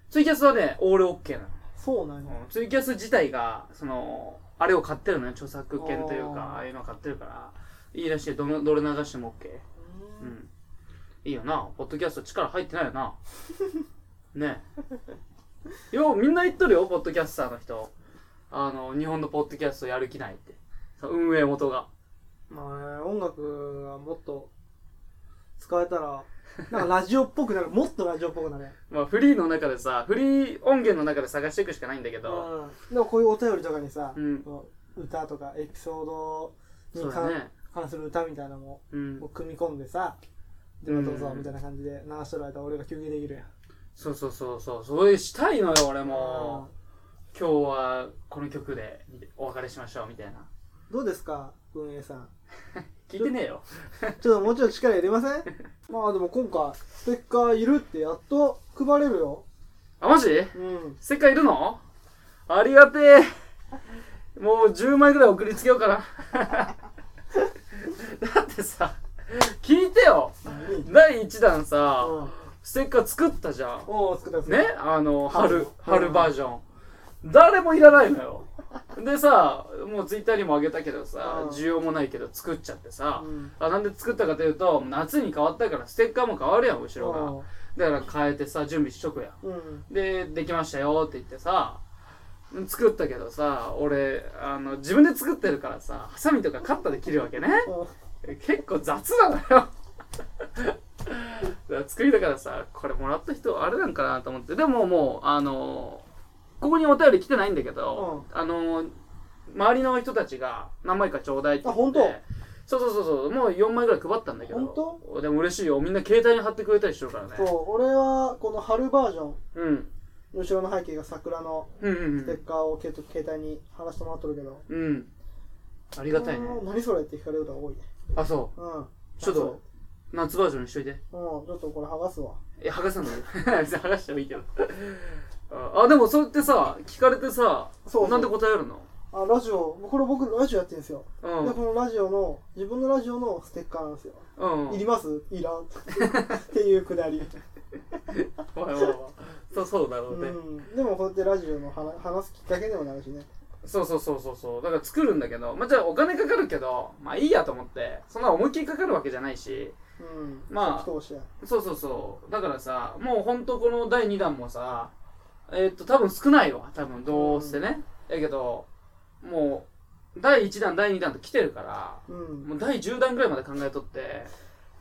S1: ツイキャスはね、オールオッケーな
S2: そうなんや。
S1: の。うんツイキャス自体が、その、あれを買ってるのね、著作権という
S2: あ
S1: か、
S2: ー
S1: ああいうの買ってるから、いいらしい、どの、どれ流してもオッケー。う
S2: うん
S1: ん。いいよな、ポッドキャスト力入ってないよ な。ねえ。よう、みんな言っとるよ、ポッドキャスターの人。あの、日本のポッドキャストやる気ないって。その運営元が。
S2: まあね、音楽がもっと使えたら、なんかラジオっぽ くなる。もっとラジオっぽくなる。
S1: まあ、フリーの中でさ、フリー音源の中で探していくしかないんだけど、
S2: うん、でもこういうお便りとかにさ、
S1: うん
S2: こう歌とかエピソード
S1: そう
S2: に関,、
S1: だね。
S2: 関する歌みたいなのも
S1: うん
S2: こう。組み込んでさ「ではどうぞ
S1: う」ん
S2: みたいな感じで流してる間俺が休憩できるやん
S1: そうそうそうそう、それしたいのよ、俺も。今日はこの曲でお別れしましょう、みたいな。
S2: うんどうですか運営さん
S1: 聞いてねえよ。
S2: ちょっともうちょっと力入れませんまあでも今回ステッカーいるってやっと配れるよ
S1: あ、マジ
S2: うん
S1: 世界いるのありがてえ。もう10枚ぐらい送りつけようかな。 だってさ、聞いてよ。
S2: 何
S1: 第1弾
S2: う
S1: さ、
S2: ん
S1: ステッカー作ったじゃん。
S2: おお作った作った
S1: ねあの
S2: 春
S1: 春春バージョン誰もいらないのよでさもうツイッターにもあげたけどさ
S2: うん
S1: 需要もないけど作っちゃってさ
S2: うん
S1: あなんで作ったかというと夏に変わったからステッカーも変わるやん後ろが
S2: おー
S1: だから変えてさ準備しとくやん
S2: うん
S1: でできましたよって言ってさ作ったけどさ俺あの自分で作ってるからさハサミとかカッターで切るわけね結構雑なのよ だから作りだからさこれもらった人あれなんかなと思ってでももうあのここにお便り来てないんだけど、あの周りの人たちが何枚かちょうだいって言って
S2: あ本当
S1: そうそうそうそうもう4枚ぐらい配ったんだけど
S2: 本
S1: でも嬉しいよみんな携帯に貼ってくれたりしてるからね
S2: そう俺はこの春バージョン
S1: うん
S2: 後ろの背景が桜の
S1: うんう
S2: ステッ
S1: ん
S2: カーをけと携帯に貼らせてもらっとるけど
S1: うんうんありがたいね
S2: あー何それって聞かれることが多いね
S1: あそ
S2: うん
S1: うちょっと夏バージョンにしといて
S2: うんちょっとこれ剥がすわ
S1: え、 剥がさない別に剥がしてもいいけど。あ、あでもそうやってさ、聞かれてさ、
S2: そうそう
S1: なんで答えるの
S2: あラジオこれ僕ラジオやってるんですよ、でこのラジオの自分のラジオのステッカーなんですよ、
S1: うん。うん。
S2: いりますい らんっていうくだり、
S1: おいおいおいそう、そうだろ
S2: う
S1: うね。
S2: ん、でもこうやってラジオの話話すきっかけにもなるしね
S1: そうそうそうそうそう。だから作るんだけど、まあ、じゃあお金かかるけど、まあいいやと思って、そんな思いっきりかかるわけじゃないし、
S2: うん
S1: まあ
S2: 一押しや
S1: そうそうそう。だからさ、もうほんとこの第2弾もさ、えーっと、多分少ないわ。多分、どうしてね。だけど、もう、第1弾、第2弾と来てるから、
S2: うん
S1: もう第10弾ぐらいまで考えとって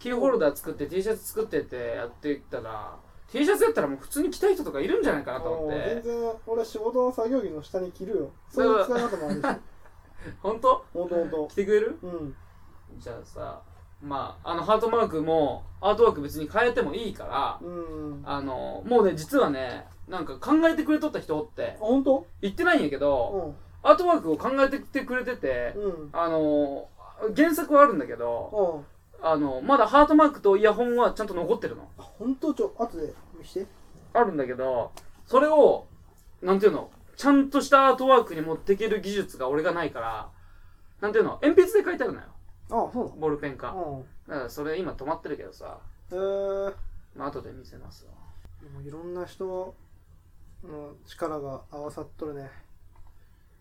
S1: キーホルダー作って T シャツ作ってってやっていったら T シャツやったらもう普通に着たい人とかいるんじゃないかなと思っ
S2: あー
S1: て
S2: 全然俺仕事の作業着の下に着るよそういう使い方もあるし
S1: 本当
S2: ほんとほんと
S1: 着てくれる
S2: うん
S1: じゃあさまああのハートマークもアートワーク別に変えてもいいから
S2: うんあ
S1: あのもうね実はねなんか考えてくれとった人おって
S2: ほんと
S1: 言ってないんやけど
S2: う
S1: アートワークを考えてきてくれてて
S2: んうん
S1: あの原作はあるんだけど
S2: うん
S1: あのまだハートマークとイヤホンはちゃんと残ってるの
S2: 本当ちょ後で見して
S1: あるんだけど、それを、なんていうの、ちゃんとしたアートワークに持っていける技術が俺がないから、なんていうの、鉛筆で書いてあるのよ。
S2: あそう
S1: ボールペン
S2: な
S1: か。
S2: のうん
S1: だからそれ今止まってるけどさ、
S2: えー、
S1: まあ後で見せますわ。
S2: もういろんな人の力が合わさっとるね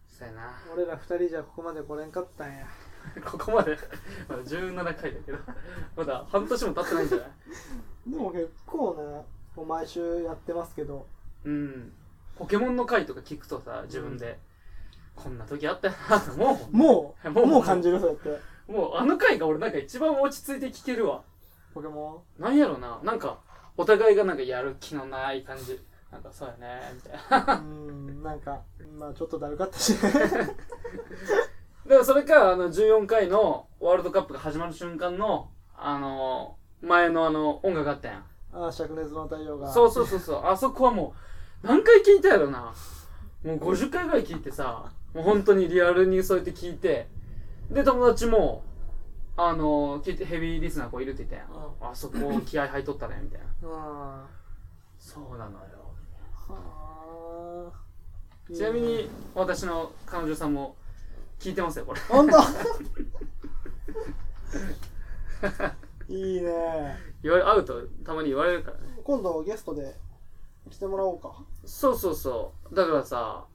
S1: そうやな
S2: 俺ら二人じゃここまで来れんかったんや
S1: ここまでまだ17回だけどまだ半年も経ってないんじゃない
S2: でも結構ねもう毎週やってますけど
S1: うんポケモンの回とか聞くとさ自分で、こんな時あったよなと思うもん
S2: もう
S1: もう
S2: もう感じるそうやって
S1: もうあの回が俺なんか一番落ち着いて聞けるわ
S2: ポケモ
S1: なんやろななんかお互いがなんかやる気のない感じなんかそうやねみたいな
S2: ンうーんなんかまあちょっとだるかったし
S1: でもそれかあの14回のワールドカップが始まる瞬間のあの前のあの音楽あったやん
S2: ああ灼熱の太陽が
S1: そうそうそうそうあそこはもう何回聞いたやろなもう50回ぐらい聞いてさもう本当にリアルにそうやって聞いてで友達もあの聞いてヘビーリスナーこういるって言ったやんあそこ気合入っとったねみたいな
S2: うんは
S1: そうなのよ
S2: あ
S1: ちなみ
S2: いいね
S1: に私の彼女さんも聞いてますよこれ
S2: 本 当いいね
S1: 言われ会うとたまに言われるからね
S2: 今度ゲストで来てもらおうか
S1: そうそうそうだからさ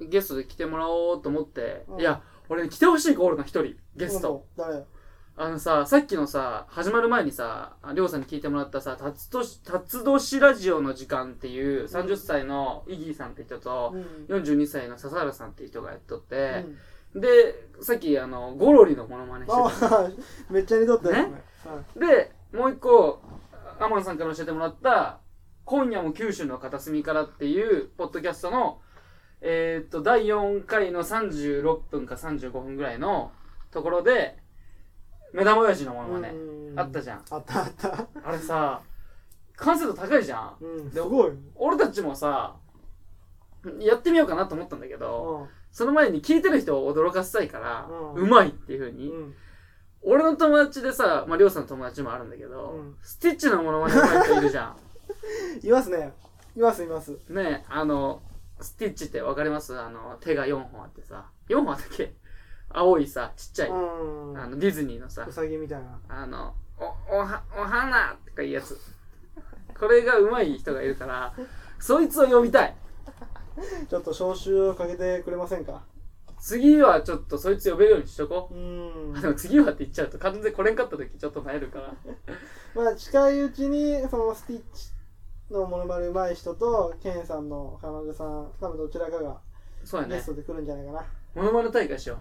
S1: ゲストで来てもらおうと思って、
S2: うん
S1: いや俺ね来てほしい子おるの一人ゲスト、
S2: 今度誰
S1: あのさ、さっきのさ、始まる前にさ、りょうさんに聞いてもらったさ、たつとし、たつどしラジオの時間っていう、30歳のイギーさんって人と、
S2: うん
S1: 42歳の笹原さんって人がやっとっ
S2: う
S1: て、
S2: ん
S1: で、さっきあの、ゴロリのモノマネして
S2: あ めっちゃ似とったよね
S1: ねた。で、もう一個、アマンさんから教えてもらった、今夜も九州の片隅からっていう、ポッドキャストの、えーっと、第4回の36分か35分ぐらいのところで、目玉親父のモノマネ、あったじゃん。
S2: ゃんあったあった
S1: あれさ、完成度高いじゃん。
S2: うんす
S1: で
S2: ごいうん
S1: 俺たちもさ、やってみようかなと思ったんだけど、その前に聞いてる人を驚かせたいから、
S2: う
S1: うんまいっていう風に。
S2: うん
S1: 俺の友達でさ、まあ、りょうさんの友達もあるんだけど、
S2: うん
S1: スティッチのモノマネ上手い人いるじゃ
S2: いますねいますいます
S1: ん。ねえ、あの、スティッチってわかりますあの、手が4本あってさ、4本あったっけ青いさ、ちっちゃい、
S2: うん
S1: あの、ディズニーのさ
S2: う、さぎみたいな
S1: あの、お、おは、お花とかいうやつ。これが上手い人がいるから、そいつを呼びたい。
S2: ちょっと招集をかけてくれませんか
S1: 次はちょっとそいつ呼べるようにしとこ
S2: う
S1: う。
S2: ん
S1: あでも次はって言っちゃうと完全にこれんかった時ちょっと萎えるから。
S2: まあ近いうちにそのスティッチのモノマネ上手い人とケンさんの彼女さん多分どちらかが
S1: そうや
S2: ゲ
S1: ね
S2: ス。トで来るんじゃないかな
S1: モノマネ大会しよ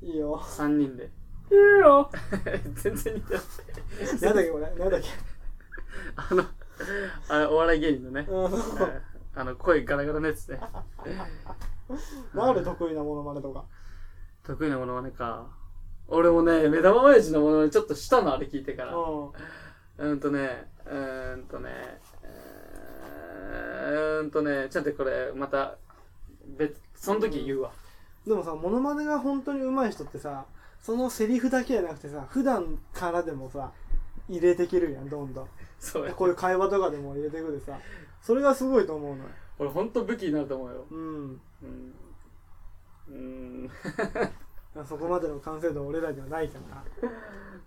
S2: いい よ
S1: う。3人で。いいよ全然似てない。
S2: なんだっけこれなん だっけ
S1: あの、あのお笑い芸人 のね。
S2: うん
S1: うんあの、声ガラガラのやつね。
S2: なる得意なモノマネとか
S1: 得意なモノマネか。俺もね、目玉親父のモノマネちょっとしたの、あれ聞いてから。
S2: う
S1: うんとね、うーんとね、うーんとね、ちょっとこれ、また、別、その時言うわ。
S2: んでもさモノマネが本当に上手い人ってさそのセリフだけじゃなくてさ普段からでもさ入れてけるやんどんどん
S1: そうや。
S2: こういう会話とかでも入れてくでさそれがすごいと思うのよ
S1: 俺、ほんと武器になると思うよ。
S2: うん
S1: うん。うーん。
S2: そこまでの完成度は俺らにはないからな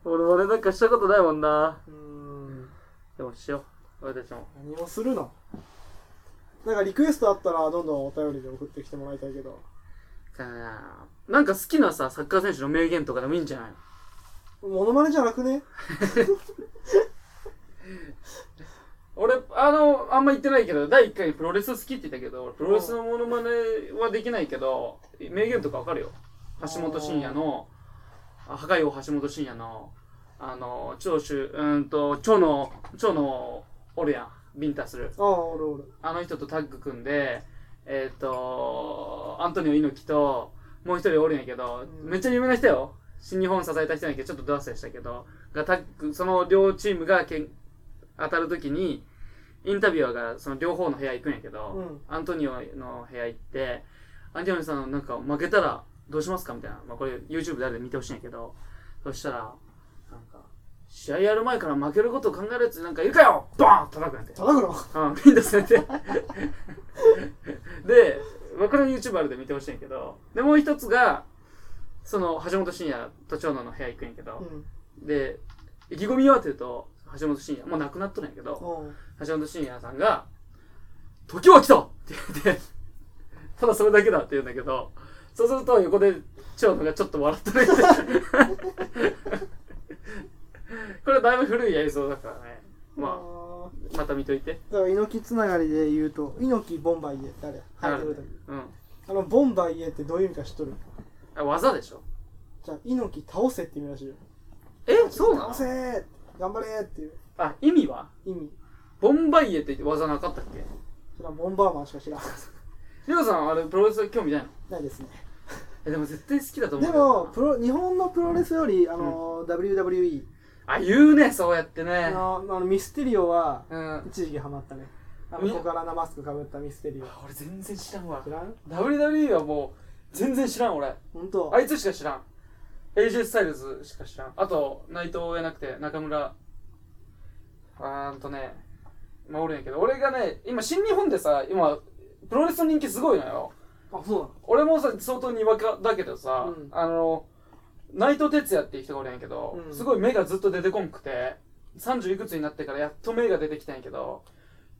S1: 俺、俺なんかしたことないもんな。
S2: うん
S1: でもしよう。俺たちも。
S2: 何をするのなんかリクエストあったらどんどんお便りで送ってきてもらいたいけど
S1: さあなんか好きなさ、サッカー選手の名言とかでもいいんじゃないの
S2: モノマネじゃなくね
S1: 俺、あの、あんま言ってないけど、第1回にプロレス好きって言ったけど、俺プロレスのモノマネはできないけど、名言とかわかるよ。橋本真也の、あ破壊王橋本真也の、あの、長州、うーんと、蝶の、蝶の、おるやん。ビンタする。
S2: ああ俺俺
S1: あの人とタッグ組んで、えっ、と、アントニオ猪木と、もう一人おるんやけど、
S2: うん
S1: めっちゃ有名な人よ。新日本支えた人なんやけど、ちょっとド忘れしたけど、がタッグ、その両チームがけん当たるときに、インタビュアーがその両方の部屋行くんやけど、
S2: うん
S1: アントニオの部屋行って、アントニオさんなんか負けたらどうしますかみたいな。まあこれ YouTube であるで見てほしいんやけど、そしたら、なんか、試合やる前から負けることを考えるやつなんかいるかよボーン叩くんやて。
S2: 叩くの
S1: うん、ピンとされて。で、まあこれも YouTube あるで見てほしいんやけど、で、もう一つが、その、橋本真也と長男の部屋行くんやけど、
S2: うん
S1: で、意気込みはって言うと、橋本真也、もう亡くなっとるんやけど、
S2: うん
S1: 橋本真也さんが、時は来たって言って、ただそれだけだって言うんだけど、そうすると横で長野がちょっと笑ってる。これだいぶ古いやりそうだからね。ま
S2: あ
S1: あ、また見といて。
S2: ーだから猪木つながりで言うと猪木ボンバイエってあれ
S1: あ
S2: 入って
S1: るね
S2: る時
S1: うん
S2: あのボンバイエってどういう意味か知っとる
S1: あ。技でしょ
S2: じゃあ猪木倒せって意味らしいよ
S1: えそうなの
S2: 倒せー頑張れーっていう
S1: あ、意味は
S2: 意味
S1: ボンバイエって言って技なかったっけ
S2: 知らんボンバーマンしか知らん
S1: りょうさん、あれ、プロレス興味ないの
S2: ないですね
S1: え、でも絶対好きだと思う
S2: で
S1: けどな。
S2: もプロ日本のプロレスよりあの、WWE
S1: あ、言うね、そうやって
S2: あ
S1: ね。
S2: のあのミステリオは
S1: うん。
S2: 一時期ハマったねあの
S1: み
S2: 小柄なマスクかぶったミステリオ
S1: あ俺全然知らんわ
S2: 知。らん
S1: WWE はもう、全然知らん、俺。
S2: 本当
S1: あいつしか知らん。AJ スタイルズしか知らん。あと、内藤じゃなくて、中村。あーんとね、まあ、おるんやけど、俺がね、今、新日本でさ、今、プロレスの人気すごいのよ。
S2: あそうなの
S1: 俺もさ、相当にわかだけどさ、
S2: うん
S1: あの、内藤哲也っていう人がおるんやけど、
S2: うん
S1: すごい目がずっと出てこんくて、30いくつになってからやっと目が出てきたんやけど、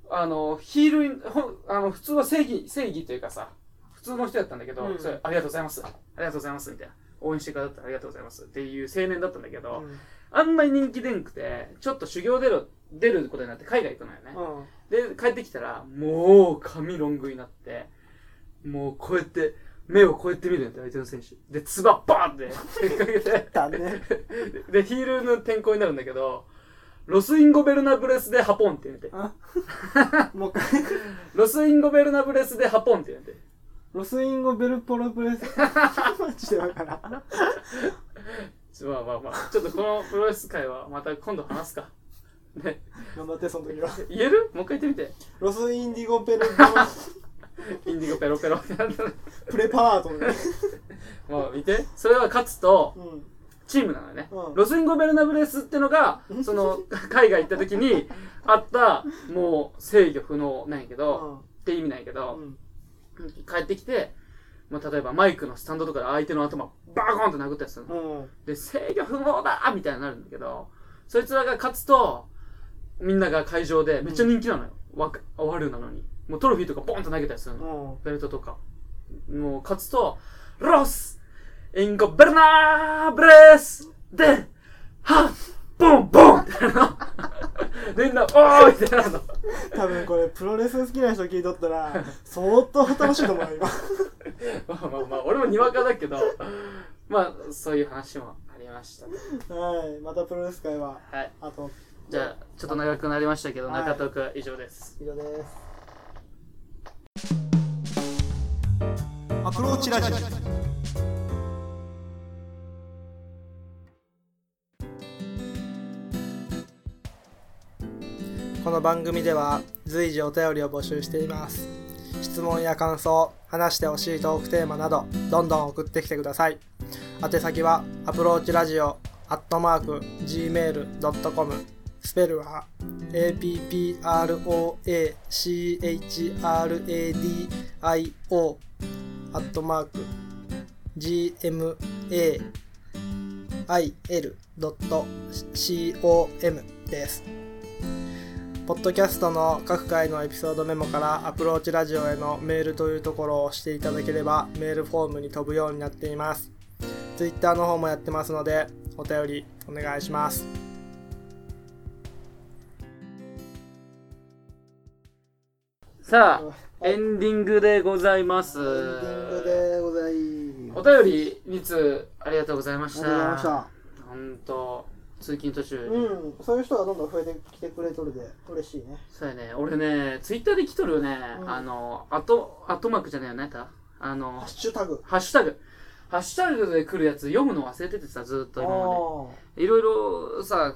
S1: あの、ヒールイン、ほんあの、普通は正義、正義というかさ、普通の人やったんだけど、
S2: うん
S1: それありがとうございます。ありがとうございます、みたいな。応援してくださってありがとうございますっていう青年だったんだけど、
S2: うん
S1: あんまり人気出んくて、ちょっと修行出る、出ることになって海外行くのよね。
S2: うん
S1: で、帰ってきたら、もう髪ロングになって、もうこうやって、目をこうやって見るんやって、相手の選手。で、つばバーンって引っ掛けて、
S2: だね
S1: で、ヒールの転向になるんだけど、ロスインゴベルナブレスでハポンって言うんやて。
S2: あもう一回
S1: ロスインゴベルナブレスでハポンって言うんやて。
S2: ロスインゴベルポロブレス マジでわからん
S1: ちょまあまあまあ、ちょっとこのプロレス界はまた今度話すか。ね、
S2: 頑張ってその時は
S1: 言えるもう一回言ってみて。
S2: ロスインディゴベルポロ
S1: インディゴペロペロってなったら。
S2: プレパートね
S1: まあ見て。それは勝つと、
S2: うん
S1: チームなのよね、
S2: うん
S1: ロスインゴ・ベルナブレスってのがその海外行った時 にあったもう制御不能なんやけど、って意味なんやけ
S2: う
S1: ど、
S2: ん
S1: 帰ってきて、まあ、例えばマイクのスタンドとかで相手の頭バコーンって殴ったりするの、
S2: うん
S1: で制御不能だみたいになるんだけどそいつらが勝つとみんなが会場でめっちゃ人気なのよ、わか終わるなのにもうトロフィーとかボンと投げたりするの、
S2: うん
S1: ベルトとか。もう、勝つと、ロスインゴベルナーブレスで、はっボンボンってなるの。みんな、おーいってなるの。
S2: 多分これプロレス好きな人聞いとったら相当楽しいと思うよ今
S1: まあまあまあ、俺もにわかだけど、まあ、そういう話もありましたね。
S2: はいまたプロレス界は
S1: はい。
S2: あと
S1: じゃあ、ちょっと長くなりましたけど、
S2: はい
S1: 中トークは以上です。
S2: 以上ですアプローチラジこの番組では随時お便りを募集しています質問や感想話してほしいトークテーマなどどんどん送ってきてください宛先はアプローチラジオアットマーク Gmail.com スペルは APPROACHRADIO アットマーク GMAIL.com です。ポッドキャストの各回のエピソードメモからアプローチラジオへのメールというところを押していただければメールフォームに飛ぶようになっています。Twitter の方もやってますのでお便りお願いします。
S1: さあ、エンディングでございます。
S2: エンディングでござい
S1: お便り2通ありがとうございま
S2: あり
S1: し。
S2: がとうございましたた。
S1: 本当通勤途中に
S2: うん、そういう人がどんどん増えてきてくれとるで嬉しいね。
S1: そうやね、俺ね、ツイッターで来とるよね、
S2: うん
S1: あの、あと、あとマークじゃないよね、たあの
S2: ハッ、シュタグ。
S1: ハッシュタグ。ハッシュタグで来るやつ読むの忘れててさ、ずーっ
S2: あ
S1: と
S2: あ
S1: 今まで。いろいろさ、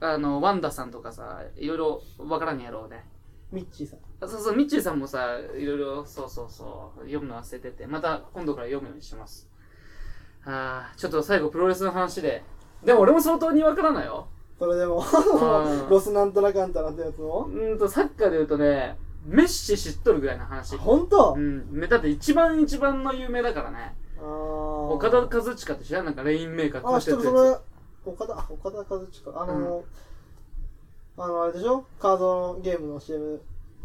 S1: あの、ワンダさんとかさ、いろいろわからんやろうね。
S2: ミッチーさん。
S1: あそうそう、ミッチーさんもさ、いろいろ、そうそうそう、読むの忘れてて、また今度から読むようにします。あーちょっと最後プロレスの話で。でも俺も相当にわからないよ。
S2: それでも
S1: あ、ー
S2: ロスなんたらかんたらってやつも。
S1: うんと、サッカーで言うとね、メッシ知っとるぐらいの話。
S2: 本当
S1: う。ん、だって一番一番の有名だからね。
S2: ああ。
S1: 岡田和親って知らんなんかレインメーカー
S2: あ、知ってる、
S1: て
S2: それ。岡田、あ岡田和親。あのー、あの、あれでしょカードゲームの CM。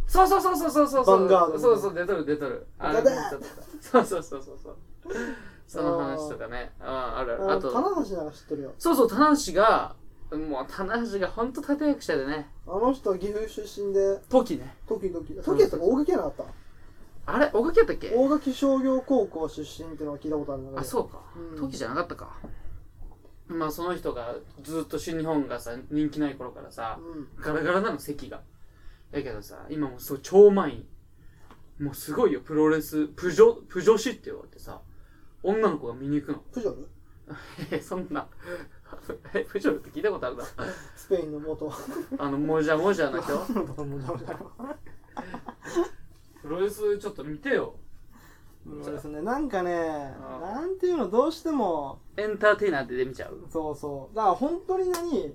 S1: そうそうそうそうそうそうそ
S2: ヴァンガード
S1: う
S2: の
S1: そうそう出とる出とるあ
S2: ガ
S1: れ
S2: タ
S1: そうそうそうそうそうその話とかねああるあるあ
S2: あ、
S1: と
S2: 棚橋なら知ってるよ。
S1: そうそう棚橋がもう棚橋が本当立役者でね
S2: あの人は岐阜出身で、
S1: トキね
S2: トキトキ。トキやったか大垣やなかった
S1: あれおかけやったっけ
S2: 大垣商業高校出身っていうのは聞いたことあるんだけど。
S1: あそうか
S2: うん
S1: トキじゃなかったかまあその人がずっと新日本がさ人気ない頃からさ
S2: うん。
S1: ガラガラなの席がやけどさ今もうそう超満員もうすごいよプロレスプジョプジョシって言われてさ女の子が見に行くの
S2: プジョル
S1: えそんなえプジョルって聞いたことあるな
S2: スペインの元。
S1: あのもじ ゃもじゃな人
S2: そ
S1: プロレスちょっと見てよ
S2: うですね。なんかね、なんていうの、どうしても、
S1: エンターテイナーで出見ちゃう
S2: そうそう。だから本当に何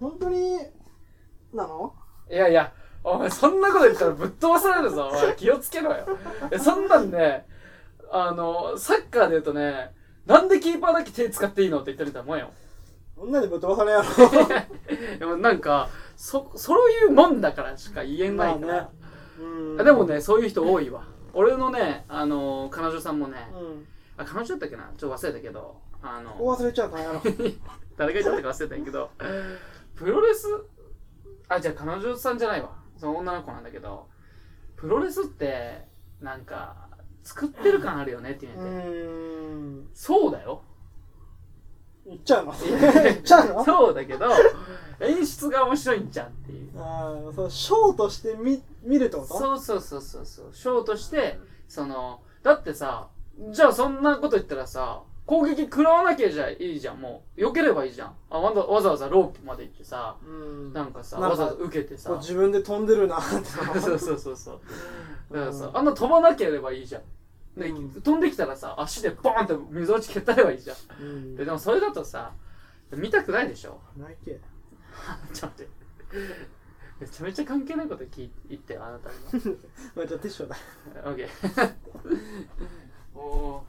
S2: 本当に、なの
S1: いやいやお前そんなこと言ったらぶっ飛ばされるぞお前気をつけろよえそんなんねあのサッカーで言うとねなんでキーパーだけ手使っていいのって言ってると思うよ
S2: 女でぶっ飛ばされやろ。
S1: でもなんかそそういうもんだからしか言えないから、
S2: まあねうん
S1: あでも、ねそういう人多いわ俺のねあの彼女さんもね
S2: うん。
S1: あ彼女だったっけなちょっと忘れたけどあの
S2: ここ忘れちゃうかな。
S1: 誰が言ったか忘れたんやけど、プロレス、あ、じゃあ彼女さんじゃないわ。その女の子なんだけど、プロレスって、なんか、作ってる感あるよねって言
S2: う
S1: うんやて。
S2: ーん。
S1: そうだよ。
S2: 言っちゃうの言っちゃうの
S1: そうだけど、演出が面白いんじゃんっていう。
S2: ああ、そう、ショーとして見、見るってことう。
S1: そうそうそうそうそう。ショーとして、その、だってさ、じゃあそんなこと言ったらさ、攻撃食らわなきゃじゃいいじゃん。もう、避ければいいじゃん。あわざわざわざロープまで行ってさ、
S2: うん。
S1: なんかさ、
S2: なん
S1: わ
S2: か
S1: ざわざ受けて
S2: こう
S1: さ。
S2: 自分で飛んでるなって。
S1: そうそうそうそう。だからさ、
S2: うん
S1: あんな飛ばなければいいじゃん。ね
S2: うん
S1: 飛んできたらさ、足でボーンって水落ち蹴ったればいいじゃん。
S2: うん
S1: ででもそれだとさ、見たくないでしょ
S2: ないけ。
S1: ちょっと待って。めちゃめちゃ関係ないこと聞い言ってよ、あなた
S2: まあ、じゃあティッシュだ。
S1: 今。オッケー。お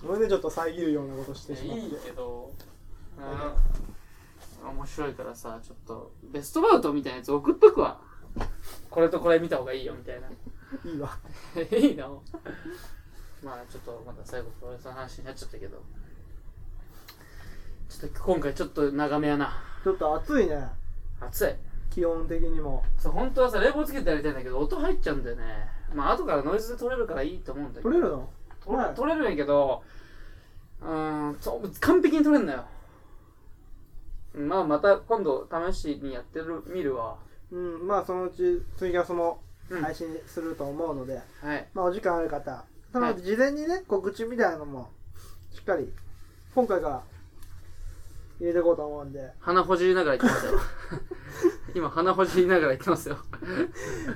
S2: それでちょっと遮るようなことし
S1: ー
S2: てしまって。
S1: いいけど、うん面白いからさ、ちょっと、ベストバウトみたいなやつ送っとくわ。これとこれ見た方がいいよ、みたいな。
S2: いいわ。
S1: いいな。まあちょっとまた最後プロレスの話になっちゃったけど。ちょっと今回ちょっと長めやな。
S2: ちょっと暑いね。
S1: 暑い。
S2: 気温的にも。
S1: そう、本当はさ、冷房つけてやりたいんだけど、音入っちゃうんだよね。まあ後からノイズで取れるからいいと思うんだけど。
S2: 取れるの
S1: 取れ
S2: はい
S1: 取れるんやけど、うーん、そう完璧に取れんのよ。まあまた今度試しにやってる、見るわ。
S2: うん、まあそのうち、次がその、
S1: うん
S2: 配信すると思うので、
S1: はい。
S2: まあお時間ある方、なので事前にね、告知みたいなのも、しっかり、今回から、入れていこうと思うんで、
S1: 鼻ほじりながら言ってます よ。今鼻ほじりながら言ってますよ。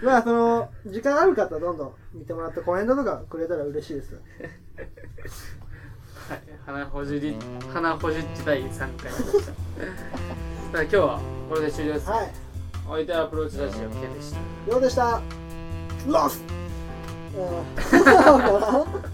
S2: まあその、時間ある方、どんどん見てもらって、コメントとかくれたら嬉しいです。
S1: はい、鼻ほじり、鼻ほじっち第3回でした。 さあ今日はこれで終了です。
S2: はい。
S1: お相手はアプローチラジオ K でした。
S2: ようでした。うわっ。うんそうかな